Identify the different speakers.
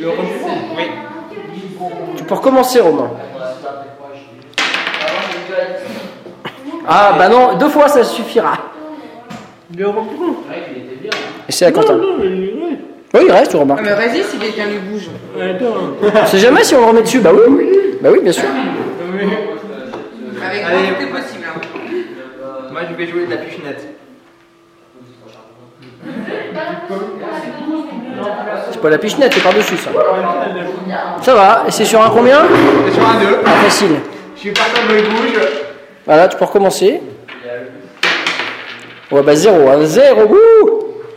Speaker 1: le renouveau. Oui.
Speaker 2: Pour commencer, Romain. Ah, bah non, deux fois ça suffira.
Speaker 1: Le renouveau.
Speaker 2: Et c'est à Quentin.
Speaker 1: Non, mais il est vrai.
Speaker 2: Oui, il reste, tu
Speaker 3: Ah,
Speaker 2: remarques.
Speaker 3: mais vas-y, si quelqu'un lui bouge.
Speaker 1: Attends.
Speaker 2: On sait jamais si on le remet dessus. Bah oui, oui. Bah oui, bien sûr.
Speaker 3: Avec
Speaker 4: Allez.
Speaker 3: moi, tout est possible. hein.
Speaker 4: Moi je vais jouer de la pichenette.
Speaker 2: C'est pas la pichenette, c'est par-dessus ça. Ça va, et c'est sur un combien
Speaker 4: C'est sur un 2.
Speaker 2: Ah, facile.
Speaker 4: Je suis pas comme le bouge.
Speaker 2: Voilà, tu peux recommencer. Ouais, bah zéro, hein, zéro, wouh